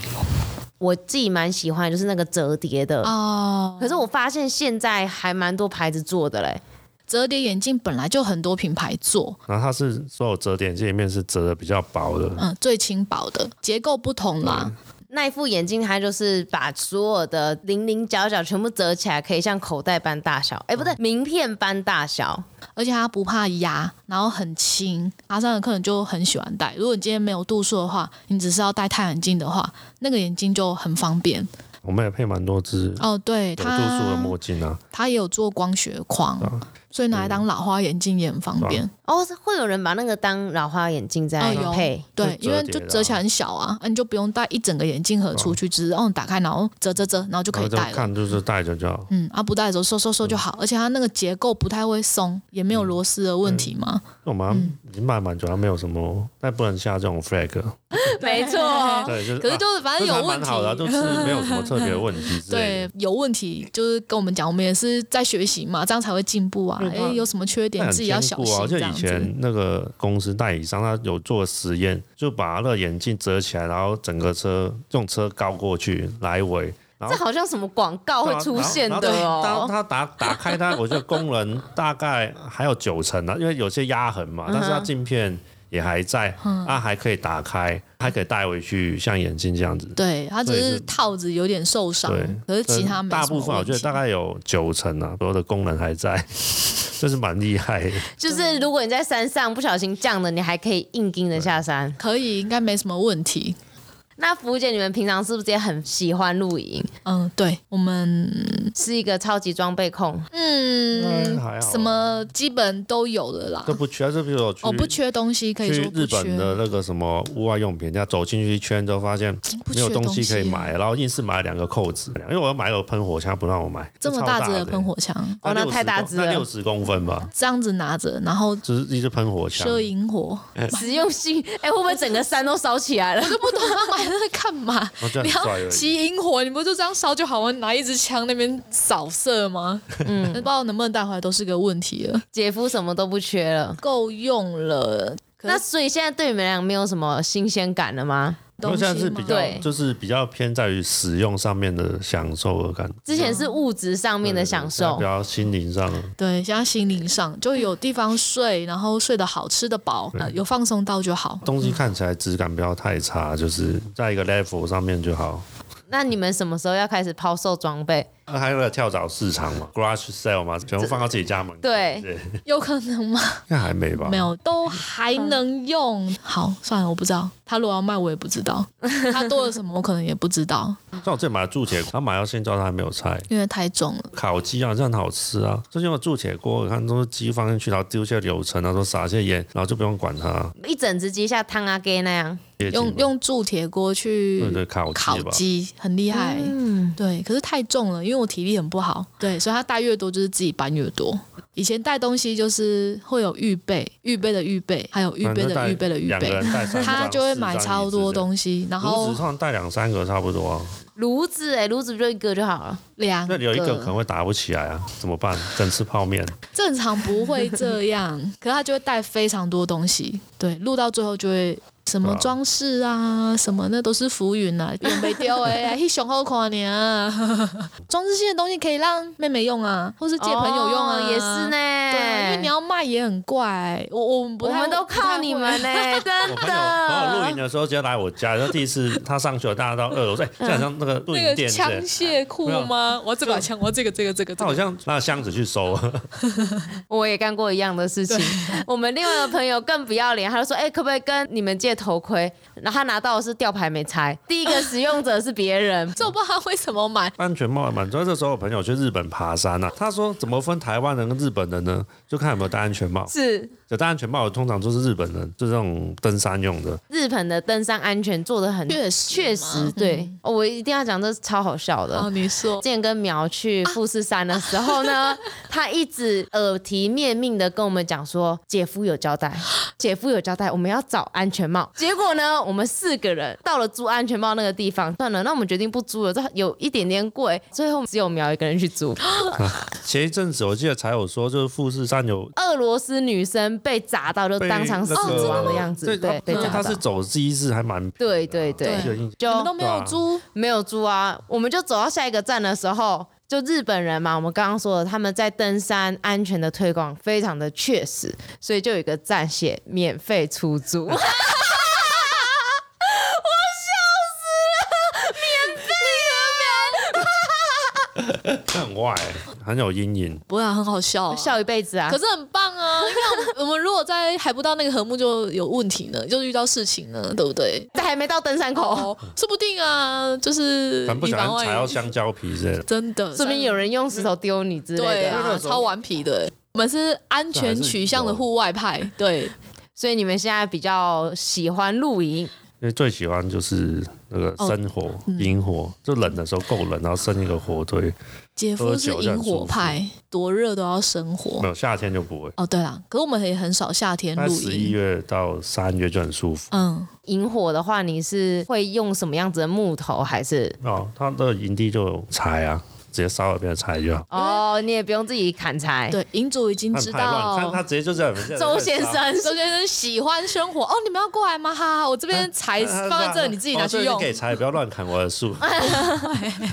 [SPEAKER 1] 我自己蛮喜欢，就是那个折叠的。
[SPEAKER 2] 哦，
[SPEAKER 1] 可是我发现现在还蛮多牌子做的嘞，
[SPEAKER 2] 折叠眼镜本来就很多品牌做，
[SPEAKER 3] 然后它是所有折叠镜里面是折的比较薄的，
[SPEAKER 2] 嗯，最轻薄的结构不同啦，
[SPEAKER 1] 那一副眼镜它就是把所有的零零角角全部折起来，可以像口袋般大小，哎、不对，名片般大小。
[SPEAKER 2] 而且它不怕压，然后很轻。阿三的客人就很喜欢戴。如果你今天没有度数的话，你只是要戴太阳镜的话，那个眼镜就很方便。
[SPEAKER 3] 我们也配蛮多只有
[SPEAKER 2] 哦，对，
[SPEAKER 3] 度数的啊
[SPEAKER 2] 它
[SPEAKER 3] 墨镜啊，
[SPEAKER 2] 它也有做光学框，所以拿来当老花眼镜也很
[SPEAKER 3] 啊
[SPEAKER 2] 方便。
[SPEAKER 1] 哦，是会有人把那个当老花眼镜在
[SPEAKER 2] 哦，有
[SPEAKER 1] 配，
[SPEAKER 2] 对，
[SPEAKER 3] 就折
[SPEAKER 2] 因
[SPEAKER 3] 叠的
[SPEAKER 2] 为
[SPEAKER 3] 啊
[SPEAKER 2] 就折起来很小啊，啊你就不用带一整个眼镜盒出去，只是哦你打开然后折折折，然后就
[SPEAKER 3] 然
[SPEAKER 2] 可
[SPEAKER 3] 后
[SPEAKER 2] 以
[SPEAKER 3] 就
[SPEAKER 2] 戴了。
[SPEAKER 3] 看就是戴着就好。
[SPEAKER 2] 嗯，啊不戴的时候收收收就好，而且它那个结构不太会松，也没有
[SPEAKER 3] 嗯
[SPEAKER 2] 螺丝的问题嘛。
[SPEAKER 3] 那
[SPEAKER 2] 嗯
[SPEAKER 3] 我们已经慢慢觉得它没有什么，但不能下这种 flag。
[SPEAKER 1] 没错。
[SPEAKER 3] 对，就是
[SPEAKER 2] 可是
[SPEAKER 3] 啊
[SPEAKER 2] 就是反正
[SPEAKER 3] 就是还
[SPEAKER 2] 有问
[SPEAKER 3] 蛮
[SPEAKER 2] 题，
[SPEAKER 3] 好的啊，就是没有什么特别的问题之 类
[SPEAKER 2] 对
[SPEAKER 3] 的。，
[SPEAKER 2] 有问题就是跟我们讲，我们也是在学习嘛，这样才会进步啊。
[SPEAKER 3] 因为
[SPEAKER 2] 哎
[SPEAKER 3] 它，
[SPEAKER 2] 有什么缺
[SPEAKER 3] 那
[SPEAKER 2] 点
[SPEAKER 3] 很
[SPEAKER 2] 自己要小
[SPEAKER 3] 坚固
[SPEAKER 2] 心
[SPEAKER 3] 啊！就
[SPEAKER 2] 这
[SPEAKER 3] 以
[SPEAKER 2] 样子。
[SPEAKER 3] 前那个公司代理商，他有做实验，就把那个眼镜折起来，然后整个车用车高过去来回，然后
[SPEAKER 1] 这好像什么广
[SPEAKER 2] 哦
[SPEAKER 1] 告会出现的
[SPEAKER 3] 对啊啊然后然后
[SPEAKER 1] 哦。
[SPEAKER 3] 他他打打开它，我觉得功能大概还有九成啊，因为有些压痕嘛，
[SPEAKER 2] 嗯
[SPEAKER 3] 但是它镜片也还在，啊还可以打开，还可以带回去，像眼镜这样子。
[SPEAKER 2] 对，它只
[SPEAKER 3] 对
[SPEAKER 2] 是
[SPEAKER 3] 是
[SPEAKER 2] 套子有点受伤
[SPEAKER 3] 对，，
[SPEAKER 2] 可是其他没什么
[SPEAKER 3] 呃大部分我
[SPEAKER 2] 问
[SPEAKER 3] 觉得
[SPEAKER 2] 题
[SPEAKER 3] 大概有九成啊，所有的功能还在， 这是蛮厉害的。
[SPEAKER 1] 就是如果你在山上不小心降了，你还可以硬盯着下山。
[SPEAKER 2] 可以，应该没什么问题。
[SPEAKER 1] 那福姐，你们平常是不是也很喜欢露营？
[SPEAKER 2] 嗯，对，我们
[SPEAKER 1] 是一个超级装备控，
[SPEAKER 2] 嗯
[SPEAKER 3] 嗯还好
[SPEAKER 2] 什么基本都有了啦
[SPEAKER 3] 这，不缺，这比如我去
[SPEAKER 2] 哦，不缺东西，可以
[SPEAKER 3] 去
[SPEAKER 2] 说不
[SPEAKER 3] 日本
[SPEAKER 2] 缺
[SPEAKER 3] 的，那个什么户外用品，人家走进去一圈之后发现
[SPEAKER 2] 不
[SPEAKER 3] 没有
[SPEAKER 2] 缺
[SPEAKER 3] 东西可以
[SPEAKER 2] 啊，
[SPEAKER 3] 买，然后硬是买了两个扣子，因为我要买有喷火枪，不让我买，
[SPEAKER 2] 这么
[SPEAKER 3] 超
[SPEAKER 2] 大
[SPEAKER 3] 大
[SPEAKER 2] 只的
[SPEAKER 3] 的
[SPEAKER 2] 喷火枪，
[SPEAKER 1] 哦那
[SPEAKER 3] 60
[SPEAKER 1] 太大
[SPEAKER 3] 公
[SPEAKER 1] 只了
[SPEAKER 3] 那六十公分吧，
[SPEAKER 2] 这样子拿着，然后
[SPEAKER 3] 就是一支喷火枪。
[SPEAKER 2] 射萤火，
[SPEAKER 1] 实用性，哎、会不会整个山都烧起来了？
[SPEAKER 2] 不懂要买那个干嘛？
[SPEAKER 3] 哦 这样
[SPEAKER 2] 你
[SPEAKER 3] 很帅而
[SPEAKER 2] 要
[SPEAKER 3] 已
[SPEAKER 2] 吸引火，你不就这样烧就好吗？拿一支枪那边扫射吗？嗯，不知道能不能带回来都是个问题了。
[SPEAKER 1] 姐夫什么都不缺了。
[SPEAKER 2] 够用了，可
[SPEAKER 1] 那所以现在对你们俩没有什么新鲜感了吗？
[SPEAKER 3] 因为
[SPEAKER 2] 东
[SPEAKER 3] 现在
[SPEAKER 2] 西
[SPEAKER 3] 是
[SPEAKER 2] 嘛
[SPEAKER 3] 比较
[SPEAKER 1] 对
[SPEAKER 3] 就是比较偏在于使用上面的享受的感觉，
[SPEAKER 1] 之前是物质上面的享
[SPEAKER 3] 现在
[SPEAKER 1] 受
[SPEAKER 3] 比，较心灵上的。
[SPEAKER 2] 对，现在心灵上就有地方睡，然后睡得好，吃得饱，
[SPEAKER 3] 嗯
[SPEAKER 2] 呃有放松到就好。
[SPEAKER 3] 东西看起来质感不要太差，就是在一个 level 上面就好。
[SPEAKER 1] 那你们什么时候要开始抛售装备？
[SPEAKER 3] 那还有个跳蚤市场嘛，garage sale 嘛，全部放到自己家门口。
[SPEAKER 1] 对
[SPEAKER 3] 对，应
[SPEAKER 2] 有可能吗？
[SPEAKER 3] 该还没吧？
[SPEAKER 2] 没有，都还能用。好，算了，我不知道。他如果要卖，我也不知道。他多了什么，我可能也不知道，
[SPEAKER 3] 像我之前买的铸铁锅，他买到现在它还没有拆。
[SPEAKER 2] 因为太重了。
[SPEAKER 3] 烤鸡啊，这样很好吃啊。最近我铸铁锅，我看都是鸡放进去，然后丢些柳橙，然后撒些盐，然后就不用管它。
[SPEAKER 1] 一整只鸡像汤阿啊给那样，
[SPEAKER 3] 接近
[SPEAKER 2] 用
[SPEAKER 3] 吧
[SPEAKER 2] 用铸铁锅
[SPEAKER 3] 对
[SPEAKER 2] 去
[SPEAKER 3] 对烤
[SPEAKER 2] 烤
[SPEAKER 3] 鸡吧。
[SPEAKER 2] 鸡，很厉害。
[SPEAKER 1] 嗯，
[SPEAKER 2] 对，可是太重了，因为我体力很不好，对，所以他带越多就是自己搬越多。以前带东西就是会有预备，预备的预备，还有预备的预备的预
[SPEAKER 3] 两个
[SPEAKER 2] 备
[SPEAKER 3] 人，带三张
[SPEAKER 2] 他就会买超多
[SPEAKER 3] 西。
[SPEAKER 2] 东西，然
[SPEAKER 3] 炉
[SPEAKER 2] 后
[SPEAKER 3] 子上带两三个差不多啊，
[SPEAKER 1] 炉子哎、炉子就一个就好了。
[SPEAKER 2] 两
[SPEAKER 3] 那里有一个可能
[SPEAKER 2] 个
[SPEAKER 3] 会打不起来啊，怎么办？整吃泡面，
[SPEAKER 2] 正常不会 这样，可是他就会带非常多东西，对，录到最后就会。什么
[SPEAKER 3] 对啊
[SPEAKER 2] 装饰啊，什么那都是浮云啊，用没丢 哎，嘿熊好看你啊， 装饰性的东西可以让妹妹用啊，或是借朋友用啊，
[SPEAKER 1] 哦也是呢。
[SPEAKER 2] 对，因为你要卖也很怪、我我们不
[SPEAKER 1] 我
[SPEAKER 2] 太，
[SPEAKER 1] 们都靠你们呢、 真
[SPEAKER 3] 我朋友朋友露营
[SPEAKER 1] 的。
[SPEAKER 3] 的时候直接来我家，然后第一次他上去了，大家到 二楼，哎，就好像那个露
[SPEAKER 2] 不太
[SPEAKER 3] 营
[SPEAKER 2] 会。那
[SPEAKER 3] 店
[SPEAKER 2] 个
[SPEAKER 3] 是
[SPEAKER 2] 枪械库吗？我要这把枪，我要这个这个这个。这
[SPEAKER 3] 他好
[SPEAKER 2] 个。
[SPEAKER 3] 像拿箱子去收，啊
[SPEAKER 1] 我也干过一样的事情。我们另外一个朋友更不要脸，他就说：“哎、可不可以跟你们借头盔？”然后他拿到的是吊牌没拆，第一个使用者是别 人
[SPEAKER 2] 这我不知道他为什么买，
[SPEAKER 3] 安全帽蛮重要。这时候我朋友去日本爬山啊，他说怎么分台湾人跟日本人呢？就看有没有戴安全帽。
[SPEAKER 1] 是
[SPEAKER 3] 有戴安全帽的通常就是日本人，就这种登山用的。
[SPEAKER 1] 日本的登山安全做的很
[SPEAKER 2] 确实
[SPEAKER 1] 确实对、哦我一定要讲，这是超好笑的。
[SPEAKER 2] 嗯哦，你说
[SPEAKER 1] 之前跟苗
[SPEAKER 4] 啊
[SPEAKER 1] 去富士山的时候 呢，他一直耳提面命的跟我们讲说，姐夫有交代， 姐夫有交代，我们要找安全帽。结果呢，我们四个人到了租安全帽那个地方，算了，那我们决定不租了，这有 一点点贵，最后只有苗一个人去租。
[SPEAKER 3] 前一阵子我记得才有说，就是富士山有
[SPEAKER 1] 俄罗斯女生被砸到就
[SPEAKER 3] 被
[SPEAKER 1] 当场死
[SPEAKER 3] 那个
[SPEAKER 1] 亡的样子，哦对，被
[SPEAKER 3] 因为
[SPEAKER 1] 砸
[SPEAKER 3] 他
[SPEAKER 1] 到
[SPEAKER 3] 是。走机制还蛮
[SPEAKER 1] 对对对
[SPEAKER 3] 我记，得印
[SPEAKER 1] 就
[SPEAKER 4] 你们都没有租，
[SPEAKER 1] 没有租啊，我们就走到下一个站的时候，就日本人嘛，我们刚刚说的，他们在登山安全的推广非常的确实，所以就有一个站写免费出 租。我笑死了，免费啊！
[SPEAKER 3] 很坏，很有阴影。
[SPEAKER 2] 不会啊，很好笑啊、
[SPEAKER 1] 笑一辈子啊！
[SPEAKER 2] 可是很 棒啊，因为我我们如果在还不到那个和睦就有问题呢，就遇到事情呢，对不对？
[SPEAKER 1] 这还没到登山口，
[SPEAKER 2] 哦，说不定啊，就是
[SPEAKER 3] 嗯咱不
[SPEAKER 2] 以
[SPEAKER 3] 小
[SPEAKER 2] 防
[SPEAKER 3] 心
[SPEAKER 2] 万
[SPEAKER 3] 踩到
[SPEAKER 2] 一，
[SPEAKER 3] 香蕉皮之类的，
[SPEAKER 2] 真的，
[SPEAKER 1] 说不定有人用石头丢你之类
[SPEAKER 2] 对
[SPEAKER 1] 的啊。
[SPEAKER 2] 啊，超顽皮的。我们是安全取向的户外派，对，
[SPEAKER 1] 所以你们现在比较喜欢露营，
[SPEAKER 3] 因为最喜欢就是那个
[SPEAKER 1] 哦
[SPEAKER 3] 生火、
[SPEAKER 1] 嗯
[SPEAKER 3] 引火，就冷的时候够冷，然后生一个火堆。
[SPEAKER 2] 姐夫是引火派，多热都要生火
[SPEAKER 3] 没。有夏天就不会，
[SPEAKER 2] 哦，对啦，可是我们也很少夏天
[SPEAKER 3] 但
[SPEAKER 2] 露
[SPEAKER 3] 十一
[SPEAKER 2] 营。
[SPEAKER 3] 月到三月就很舒服。
[SPEAKER 2] 嗯，
[SPEAKER 1] 引火的话，你是会用什么样子的木头，还是
[SPEAKER 3] 哦，他的营地就有柴啊，直接烧了变成柴就好。
[SPEAKER 1] 哦，你也不用自己砍柴？
[SPEAKER 2] 对，营主已经
[SPEAKER 3] 他
[SPEAKER 2] 知
[SPEAKER 3] 很排乱，他
[SPEAKER 2] 道。
[SPEAKER 3] 他直接就在我们现在
[SPEAKER 1] 周先
[SPEAKER 3] 在烧。
[SPEAKER 1] 生
[SPEAKER 2] 周先生喜欢生火哦，你们要过来吗？哈哈，我这边 柴
[SPEAKER 3] 他他
[SPEAKER 2] 哎放在这，你自己拿去
[SPEAKER 3] 哦
[SPEAKER 2] 用
[SPEAKER 3] 这已经。给柴，不要乱砍我 的树。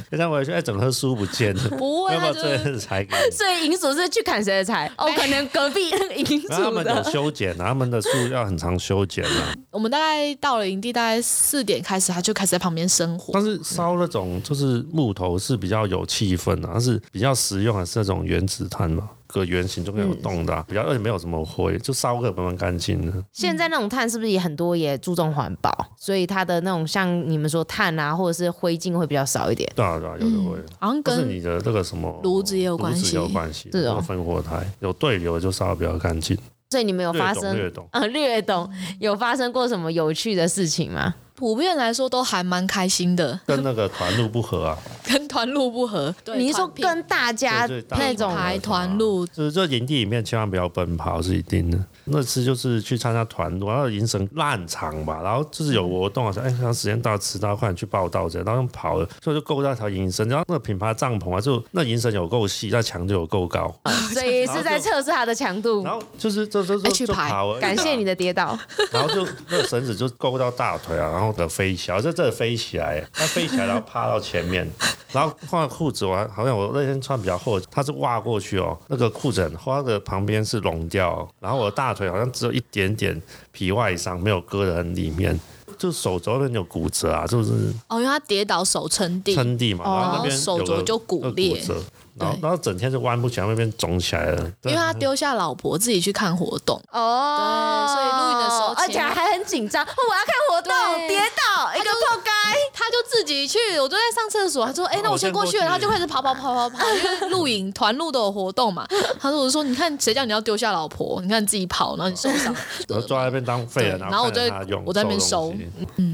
[SPEAKER 3] 现在我也去，哎，整棵树不见了，
[SPEAKER 2] 不会，
[SPEAKER 3] 要不
[SPEAKER 2] 他
[SPEAKER 3] 要
[SPEAKER 2] 就
[SPEAKER 3] 这
[SPEAKER 2] 是
[SPEAKER 3] 边柴给
[SPEAKER 1] 所以银主是去砍谁的柴？哦，可能隔壁 银
[SPEAKER 3] 然后他
[SPEAKER 1] 主
[SPEAKER 3] 们有
[SPEAKER 1] 的。
[SPEAKER 3] 修剪啊，他们的树要很常修剪 啊。
[SPEAKER 2] 我们大概到了营地，大概四点开始，他就开始在旁边生火
[SPEAKER 3] 但。是烧那种就是木头是比较有气氛的、啊，但是比较实用还是那种原子炭嘛，个圆形就可以有动
[SPEAKER 2] 嗯
[SPEAKER 3] 的啊、比较而且没有什么灰，就烧个蛮蛮干净的。
[SPEAKER 1] 现在那种碳是不是也很多也注重环保？所以它的那种像你们说碳啊，或者是灰烬会比较少一点。
[SPEAKER 3] 对啊对啊，有的灰。
[SPEAKER 2] 嗯好像
[SPEAKER 3] 但是
[SPEAKER 2] 跟
[SPEAKER 3] 你的那个什么
[SPEAKER 2] 炉子也有关系
[SPEAKER 3] 炉子也有关系，
[SPEAKER 1] 是哦
[SPEAKER 3] 那个分火台有对流就烧的比较干净，
[SPEAKER 1] 所以你们有发
[SPEAKER 3] 略懂
[SPEAKER 1] 生
[SPEAKER 3] 略懂。
[SPEAKER 1] 呃略懂有发生过什么有趣的事情吗？
[SPEAKER 2] 普遍来说都还蛮开心的，
[SPEAKER 3] 跟那个团路不合啊，
[SPEAKER 2] 跟团路不合。对
[SPEAKER 1] 你是说
[SPEAKER 2] 团品
[SPEAKER 1] 跟大家
[SPEAKER 3] 对对大家
[SPEAKER 1] 那种
[SPEAKER 3] 品
[SPEAKER 2] 排团路
[SPEAKER 3] 就是这营地里面千万不要奔跑是一定的。那次就是去参加团路，然后营神烂场吧，然后就是有活动啊，想哎，想时间到迟到，快点去报道这样，然后跑了，所以就够到一条营神，然后那个品牌帐篷啊，就那营神有够细，那墙就有够高，
[SPEAKER 1] 所以是在测试它的强度
[SPEAKER 3] 然。后就是这这
[SPEAKER 2] 哎
[SPEAKER 3] 这
[SPEAKER 2] 去
[SPEAKER 3] 就
[SPEAKER 2] 排
[SPEAKER 3] 跑了，
[SPEAKER 1] 感谢你的跌倒，
[SPEAKER 3] 然后就 那个绳子就勾到大腿啊，然后的飞起来，我在这里飞起来，它飞起来然后趴到前面， 然后换裤子我还好像我那天穿比较厚，它是挖过去哦，那个裤子很厚，它的旁边是拢掉哦，然后我的大腿好像只有一点点皮外伤，没有割得很里面。就手肘那边有骨折啊，就是
[SPEAKER 2] 哦，因为他跌倒手撑地，
[SPEAKER 3] 撑地嘛，然后那边
[SPEAKER 2] 然后手
[SPEAKER 3] 有
[SPEAKER 2] 肘
[SPEAKER 3] 个
[SPEAKER 2] 就骨裂
[SPEAKER 3] 有个骨折，然后
[SPEAKER 2] 对
[SPEAKER 3] 然后整天就弯不起来，那边肿起来了。
[SPEAKER 2] 因为他丢下老婆自己去看活动。
[SPEAKER 1] 哦，
[SPEAKER 2] 对所以录影的时候
[SPEAKER 1] 而且
[SPEAKER 2] 前面
[SPEAKER 1] 还很紧张，哦我要看活动，
[SPEAKER 2] 对
[SPEAKER 1] 跌倒一个破盖，
[SPEAKER 2] 他就自己去，我就在上厕所。他说：“哎、那我先过去了。”他就开始跑跑跑跑跑， 因为露营团露都有活动 嘛。他说：“我说你看，谁叫你要丢下老婆？你看你自己跑，然后你受伤。
[SPEAKER 3] 然后坐在那边当废人，
[SPEAKER 2] 对然后我
[SPEAKER 3] 看着
[SPEAKER 2] 就
[SPEAKER 3] 它用
[SPEAKER 2] 我在那边
[SPEAKER 3] 收东
[SPEAKER 2] 收
[SPEAKER 3] 西，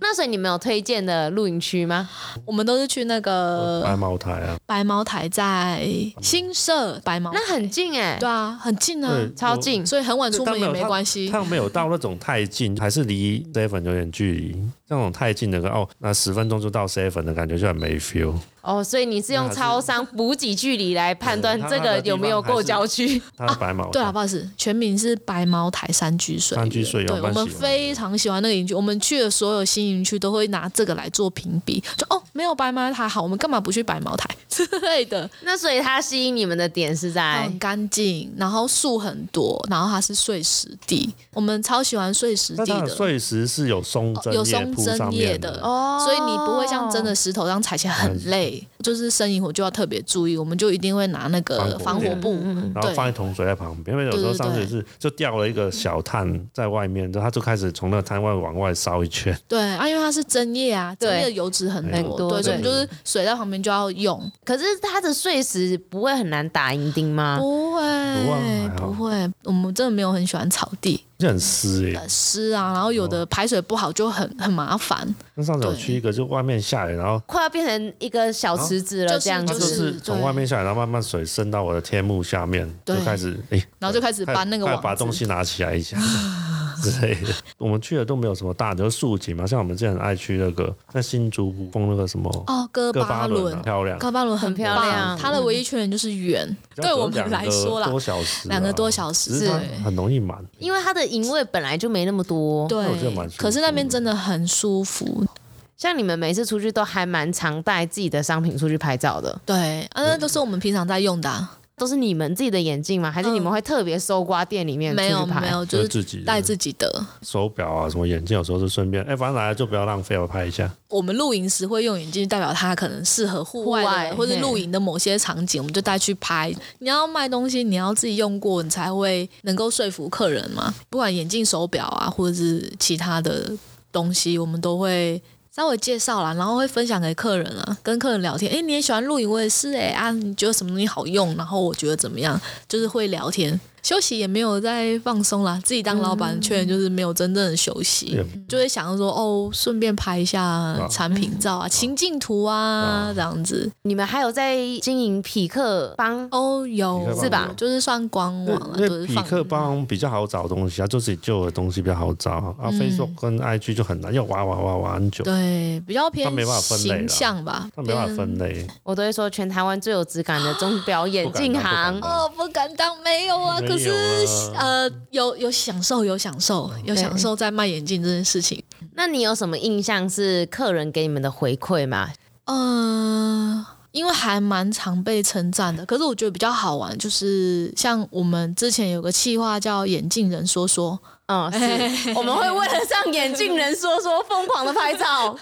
[SPEAKER 1] 那所以你们有推荐的露营区吗？
[SPEAKER 2] 我们都是去那
[SPEAKER 3] 白
[SPEAKER 2] 个
[SPEAKER 3] 茅台啊，
[SPEAKER 2] 呃白茅台，在新社白茅台，
[SPEAKER 1] 那很近哎、
[SPEAKER 2] 对啊，很近啊，
[SPEAKER 3] 对
[SPEAKER 1] 超
[SPEAKER 3] 我
[SPEAKER 1] 近。
[SPEAKER 2] 所以很晚出
[SPEAKER 3] 但
[SPEAKER 2] 门也没
[SPEAKER 3] 到
[SPEAKER 2] 关系。
[SPEAKER 3] 他没有到那种太近，还是离 seven 有点距离。那种太近的，哦，那十分钟就到 seven 的感觉就很没 feel。
[SPEAKER 1] 哦，所以你是用超商补给距离来判断
[SPEAKER 3] 对
[SPEAKER 1] 这
[SPEAKER 3] 它它
[SPEAKER 1] 个
[SPEAKER 3] 的地
[SPEAKER 1] 有没有
[SPEAKER 3] 方还
[SPEAKER 1] 过
[SPEAKER 3] 是
[SPEAKER 1] 郊区？
[SPEAKER 3] 它的白毛、
[SPEAKER 2] 对啊，不好意思，全名是白茅台山居水
[SPEAKER 3] 山居水
[SPEAKER 2] 对，
[SPEAKER 3] 有
[SPEAKER 2] 我
[SPEAKER 3] 蛮
[SPEAKER 2] 们
[SPEAKER 3] 喜欢的
[SPEAKER 2] 非常喜欢那个营区，我们去的所有新营区都会拿这个来做评比，就哦，没有白茅台好，我们干嘛不去白茅台之类的？
[SPEAKER 1] 那所以它吸引你们的点是在
[SPEAKER 2] 很干净，然后树很多，然后它是碎石地，我们超喜欢碎石
[SPEAKER 3] 那
[SPEAKER 2] 地
[SPEAKER 3] 它
[SPEAKER 2] 的
[SPEAKER 3] 的。碎石是有松针
[SPEAKER 2] 哦有
[SPEAKER 3] 叶
[SPEAKER 2] 松
[SPEAKER 3] 铺上
[SPEAKER 2] 针叶
[SPEAKER 3] 面啊
[SPEAKER 2] 的，
[SPEAKER 3] 的，
[SPEAKER 1] 哦
[SPEAKER 2] 所以你不会像真的石头这样踩起来很累。
[SPEAKER 3] 啊
[SPEAKER 2] 就是生营火就要特别注意，我们就一定会拿那个防
[SPEAKER 3] 防火
[SPEAKER 2] 火布，
[SPEAKER 3] 然后放一桶水在旁边，因为有时候上次也是就掉了一个小炭在外面，然后它就开始从那个摊外往外烧一圈，
[SPEAKER 2] 对啊，因为它是针叶啊，
[SPEAKER 1] 对
[SPEAKER 2] 针叶的油脂很
[SPEAKER 1] 很
[SPEAKER 2] 多，
[SPEAKER 1] 多
[SPEAKER 2] 对，所以我们
[SPEAKER 3] 对
[SPEAKER 2] 就是水在旁边就要用，
[SPEAKER 1] 可是它的碎石不会很难打银钉吗？
[SPEAKER 2] 不会
[SPEAKER 3] 啊不会还好
[SPEAKER 2] 不会，我们真的没有很喜欢草地
[SPEAKER 3] 就很湿欸诶、
[SPEAKER 2] 呃湿啊，然后有
[SPEAKER 3] 哦
[SPEAKER 2] 的排水不好就很很麻烦，
[SPEAKER 3] 那上次有去一个，就外面下雨，然后
[SPEAKER 1] 快要变成一个小池子了
[SPEAKER 2] 就是
[SPEAKER 1] 这样
[SPEAKER 3] 它
[SPEAKER 1] 子，
[SPEAKER 3] 啊就
[SPEAKER 2] 就是
[SPEAKER 3] 是从外面下来，然后慢慢水渗到我的天幕下面，就
[SPEAKER 5] 对
[SPEAKER 3] 开始哎，
[SPEAKER 5] 然后就开始
[SPEAKER 3] 快
[SPEAKER 5] 搬那个
[SPEAKER 3] 快
[SPEAKER 5] 网
[SPEAKER 3] 把
[SPEAKER 5] 子
[SPEAKER 3] 东西拿起来 一下之类的。我们去的都没有什么大的，就是竖景嘛，像我们之前很爱去那个在新竹湖风那个什么
[SPEAKER 2] 哦，哥
[SPEAKER 3] 哥巴
[SPEAKER 2] 巴
[SPEAKER 3] 伦、啊，
[SPEAKER 2] 伦，
[SPEAKER 3] 漂亮，
[SPEAKER 2] 哥巴伦
[SPEAKER 1] 很漂
[SPEAKER 2] 棒
[SPEAKER 1] 亮嗯
[SPEAKER 2] 它的唯一缺点就是远，对我们来说
[SPEAKER 3] 两个
[SPEAKER 2] 啦
[SPEAKER 3] 多，小时啊，
[SPEAKER 2] 两个多小时
[SPEAKER 3] 只是它
[SPEAKER 2] 对
[SPEAKER 3] 很容易满。
[SPEAKER 1] 因为它的营位本来就没那么多，
[SPEAKER 2] 对
[SPEAKER 3] 我觉得蛮舒服，的
[SPEAKER 2] 可是那边真的很舒服，
[SPEAKER 1] 像你们每次出去都还蛮常带自己的商品出去拍照的，
[SPEAKER 2] 对，啊，那都是我们平常在用的啊，
[SPEAKER 1] 都是你们自己的眼镜吗？还是你们会特别搜刮店里面
[SPEAKER 2] 没
[SPEAKER 1] 出
[SPEAKER 2] 有
[SPEAKER 1] 去拍
[SPEAKER 2] 没有，
[SPEAKER 3] 就
[SPEAKER 2] 就是是
[SPEAKER 3] 自己
[SPEAKER 2] 带自己的。
[SPEAKER 3] 手表啊，什么眼镜，有时候就顺便，哎，反正来了就不要浪费，我拍一下。
[SPEAKER 2] 我们露营时会用眼镜，代表它可能适合户外
[SPEAKER 1] 户外
[SPEAKER 2] 的或者
[SPEAKER 1] 嘿
[SPEAKER 2] 露营的某些场景，我们就带去拍。你要卖东西，你要自己用过，你才会能够说服客人嘛。不管眼镜、手表啊，或者是其他的东西，我们都会。稍微介绍啦，然后会分享给客人啊，跟客人聊天。诶，你也喜欢露营，我也是诶啊，你觉得什么东西好用？然后我觉得怎么样？就是会聊天，休息也没有在放松啦。自己当老板，确实就是没有真正的休息。
[SPEAKER 3] 也
[SPEAKER 2] 就会想着说，哦，顺便拍一下产品照啊、情境图啊
[SPEAKER 3] 嗯啊
[SPEAKER 2] 这样子。
[SPEAKER 1] 你们还有在经营匹克帮，
[SPEAKER 2] 哦，有
[SPEAKER 3] 匹克帮
[SPEAKER 1] 是吧
[SPEAKER 2] 就是算官网啊，
[SPEAKER 3] 因
[SPEAKER 2] 不
[SPEAKER 3] 为
[SPEAKER 2] 是
[SPEAKER 3] 匹
[SPEAKER 2] 放
[SPEAKER 3] 克帮比较好找东西啊，就自己旧的东西比较好找啊。啊 Facebook 跟 IG 就很难，要挖挖挖挖很久，
[SPEAKER 2] 嗯对比较偏
[SPEAKER 3] 它没办法分类啦
[SPEAKER 2] 形象吧，
[SPEAKER 3] 它没办法分
[SPEAKER 2] 偏。
[SPEAKER 3] 类。
[SPEAKER 1] 我都会说全台湾最有质感的钟表眼镜行
[SPEAKER 3] 不敢当不敢，当
[SPEAKER 2] 哦，不敢当，没有啊。
[SPEAKER 3] 没有
[SPEAKER 2] 可
[SPEAKER 3] 啊
[SPEAKER 2] 是呃，有有享受，有享受，
[SPEAKER 3] 嗯
[SPEAKER 2] 有享受在卖眼镜这件事情。
[SPEAKER 1] 那你有什么印象是客人给你们的回馈吗？
[SPEAKER 2] 呃，因为还蛮常被称赞的，可是我觉得比较好玩，就是像我们之前有个企划叫“眼镜人说说”，
[SPEAKER 1] 嗯，是，我们会为了上眼镜人说说疯狂的拍 照，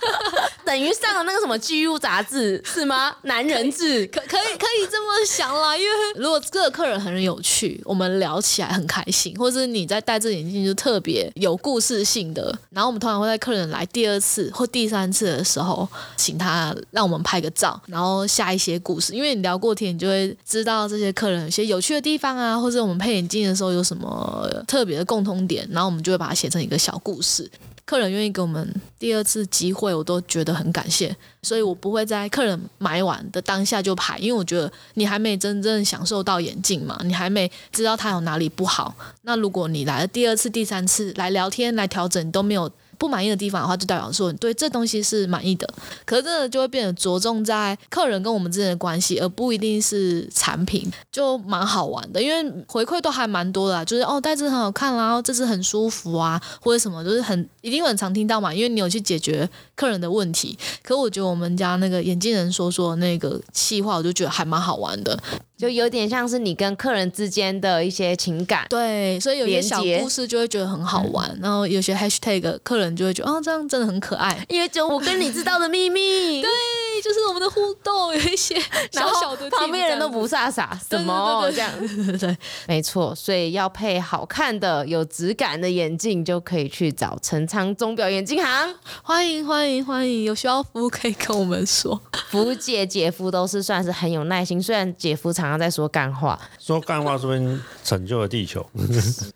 [SPEAKER 1] 等于上了那个什么 GU 杂志是吗？男人志，
[SPEAKER 2] 可可以可以这么想啦，因为如果这个客人很有趣，我们聊起来很开心，或者是你在戴这眼镜就特别有故事性的，然后我们通常会在客人来第二次或第三次的时候，请他让我们拍个照，然后下一些故事，因为你聊过天，你就会知道这些客人有一些有趣的地方啊，或者我们配眼镜的时候有什么特别的共通点，然后我们就会把它写成一个小故事。客人愿意给我们第二次机会，我都觉得很感谢。所以我不会在客人买完的当下就排，因为我觉得你还没真正享受到眼镜嘛，你还没知道它有哪里不好。那如果你来了第二次、第三次来聊天、来调整，你都没有不满意的地方的话，就代表说你对这东西是满意的。可是这就会变得着重在客人跟我们之间的关系，而不一定是产品，就蛮好玩的。因为回馈都还蛮多的、啊，就是哦，戴这很好看啦，然后这只很舒服啊，或者什么，就是很一定很常听到嘛，因为你有去解决客人的问题。可我觉得我们家那个眼镜人说说的那个气话，我就觉得还蛮好玩的。
[SPEAKER 1] 就有点像是你跟客人之间的一些情感。
[SPEAKER 2] 对，所以有些小
[SPEAKER 1] 连结
[SPEAKER 2] 故事就会觉得很好玩，然后有些 hashtag 客人就会觉得哦，这样真的很可爱。
[SPEAKER 1] 因为就我跟你知道的秘密，对，
[SPEAKER 2] 对，就是我们的互动有一些
[SPEAKER 1] 然
[SPEAKER 2] 小
[SPEAKER 1] 后
[SPEAKER 2] 小的 tips
[SPEAKER 1] 旁边人都不傻傻，
[SPEAKER 2] 这
[SPEAKER 1] 什
[SPEAKER 2] 样子
[SPEAKER 1] 么
[SPEAKER 2] 对对对对对对，
[SPEAKER 1] 没错，所以要配好看的、有质感的眼镜，就可以去找陈昌钟表眼镜行。
[SPEAKER 2] 欢迎欢迎欢迎，有需要服务可以跟我们说。
[SPEAKER 1] 福姐、姐夫都是算是很有耐心，虽然姐夫常常在说干话，
[SPEAKER 3] 说干话，说明拯救了地球。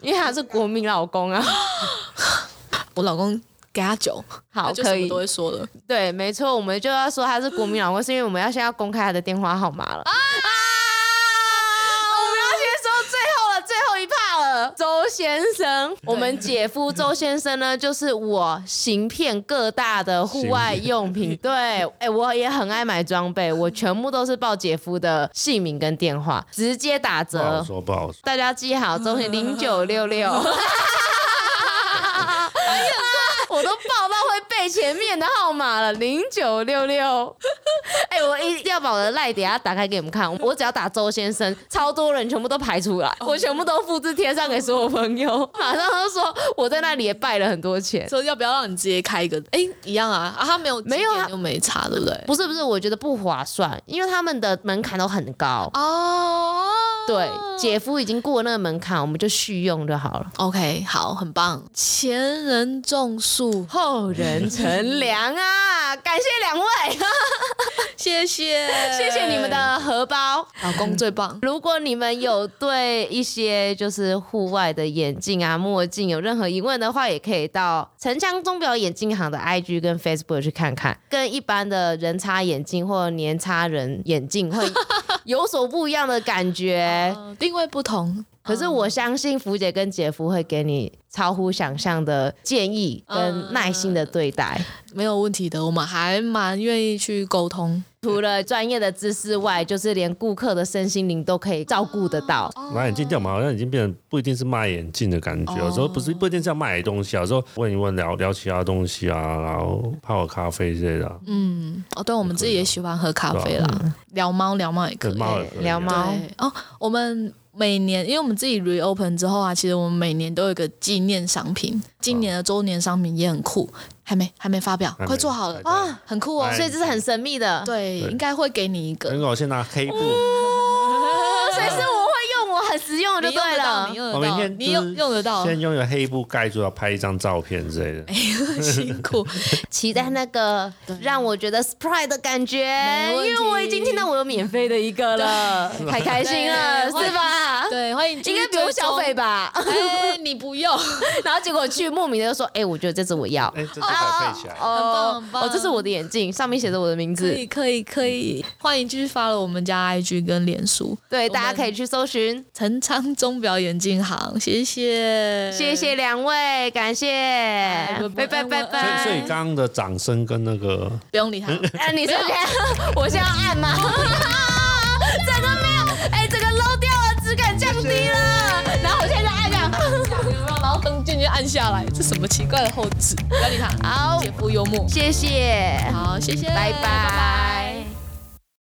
[SPEAKER 1] 因为他是国民老公啊。
[SPEAKER 2] 我老公给他酒，
[SPEAKER 1] 好，
[SPEAKER 2] 他就什
[SPEAKER 1] 可
[SPEAKER 2] 么
[SPEAKER 1] 以
[SPEAKER 2] 都，会说了。
[SPEAKER 1] 对，没错，我们就要说他是国民老公，是因为我们要先要公开他的电话号码了。啊！我们要先说最后了，最后一趴了，周先生，我们姐夫周先生呢，就是我行骗各大的户外用品。对，哎、我也很爱买装备，我全部都是报姐夫的姓名跟电话，直接打
[SPEAKER 3] 不好
[SPEAKER 1] 折。
[SPEAKER 3] 说，不好说。
[SPEAKER 1] 大家记好，周先零九六六。哎我都报到会背前面的号码了，零九六六。哎，我一定要把我的赖等一下打开给你们看。我只要打周先生，超多人全部都排出来，我全部都复制贴上给所有朋友，马上都说我在那里也败了很多钱。
[SPEAKER 2] 说要不要让你直接开一个？哎，一样啊，啊，他没有
[SPEAKER 1] 没有啊
[SPEAKER 2] 经验就没差，对不对？
[SPEAKER 1] 不是不是，我觉得不划算，因为他们的门槛都很高。
[SPEAKER 2] 哦，
[SPEAKER 1] 对，姐夫已经过那个门槛，我们就续用就好了。
[SPEAKER 2] OK，好，很棒。前人种树，
[SPEAKER 1] 后人乘凉啊，啦，感谢两位，
[SPEAKER 2] 谢谢，
[SPEAKER 1] 谢谢你们的荷包。
[SPEAKER 2] 老公最棒。
[SPEAKER 1] 如果你们有对一些就是户外的眼镜啊、墨镜有任何疑问的话，也可以到城墙钟表眼镜行的 IG 跟 Facebook 去看看，跟一般的人差眼镜或年差人眼镜会有所不一样的感 觉。
[SPEAKER 2] 嗯定位不同，
[SPEAKER 1] 可是我相信福姐跟姐夫会给你超乎想象的建议跟耐心的对待。
[SPEAKER 2] 没有问题的，我们还蛮愿意去沟通。
[SPEAKER 1] 除了专业的知识外，就是连顾客的身心灵都可以照顾得到。
[SPEAKER 2] 哦
[SPEAKER 3] 买眼镜店，我们好像已经变成不一定是卖眼镜的感觉，有
[SPEAKER 2] 哦
[SPEAKER 3] 时候不是不一定是要卖东西啊，有时候问一问聊聊其他东西啊，然后泡个咖啡之类的啊，
[SPEAKER 2] 嗯，哦，对，我们自己也喜欢喝咖啡啦，聊猫聊猫也可
[SPEAKER 3] 跟
[SPEAKER 2] 以。
[SPEAKER 3] 猫也可以啊
[SPEAKER 1] 聊猫
[SPEAKER 2] 对哦，我们每年，因为我们自己 reopen 之后啊，其实我们每年都有一个纪念商品，今年的周年商品也很酷，还没还没发表，
[SPEAKER 3] 没
[SPEAKER 2] 快做好了
[SPEAKER 3] 还在
[SPEAKER 2] 啊，很酷哦
[SPEAKER 3] 哎。
[SPEAKER 1] 所以这是很神秘的。
[SPEAKER 2] 对，
[SPEAKER 3] 对
[SPEAKER 2] 应该会给你一个
[SPEAKER 3] 很，好，先拿黑布，
[SPEAKER 2] 哦
[SPEAKER 1] 所以是我会用，我很实用
[SPEAKER 2] 你
[SPEAKER 1] 就
[SPEAKER 2] 用
[SPEAKER 1] 对
[SPEAKER 2] 得到，
[SPEAKER 1] 了
[SPEAKER 2] 你。用得
[SPEAKER 3] 我哦明
[SPEAKER 2] 到，
[SPEAKER 3] 天
[SPEAKER 2] 你用用得到，哎
[SPEAKER 3] 先用一个黑布盖住，要拍一张照片之类的。
[SPEAKER 2] 辛苦。
[SPEAKER 1] 期待那个让我觉得 surprise 的感觉，
[SPEAKER 2] 没
[SPEAKER 1] 因
[SPEAKER 2] 问题
[SPEAKER 1] 为我已经听到我有免费的一个 了，太开心了，
[SPEAKER 2] 对
[SPEAKER 1] 是吧？
[SPEAKER 2] 对，欢迎继
[SPEAKER 1] 应
[SPEAKER 2] 续
[SPEAKER 1] 该不用消费吧？
[SPEAKER 2] 追踪。哎，你不用，
[SPEAKER 1] 然后结果去莫名的就说：“哎，我觉得这只我要。
[SPEAKER 3] 哎，这这可以配起来。
[SPEAKER 1] 哦”
[SPEAKER 2] 很棒
[SPEAKER 1] 哦，这是我的眼镜，上面写着我的名
[SPEAKER 2] 可
[SPEAKER 1] 字。
[SPEAKER 2] 以可以可以，欢迎继续发了我们家 IG 跟脸书
[SPEAKER 1] 对，
[SPEAKER 2] 我们
[SPEAKER 1] 大家可以去搜寻。
[SPEAKER 2] 陈昌钟表眼镜行，谢谢
[SPEAKER 1] 谢谢两位，感谢，拜
[SPEAKER 2] 拜
[SPEAKER 1] 拜
[SPEAKER 2] 拜
[SPEAKER 1] 拜
[SPEAKER 3] 所以，所以
[SPEAKER 1] 拜。
[SPEAKER 3] 刚刚的掌声跟那个，
[SPEAKER 2] 不用理他。
[SPEAKER 1] 哎，你 是谁？我 现在要按吗？整个没有，哎，整个 low 掉了，质感降低了。然后我现在就按两。
[SPEAKER 2] 然后灯渐渐暗下来，这什么奇怪的后置？不要理他，
[SPEAKER 1] 好
[SPEAKER 2] 姐夫幽默。
[SPEAKER 1] 谢谢，
[SPEAKER 2] 好，谢谢，
[SPEAKER 1] 拜拜。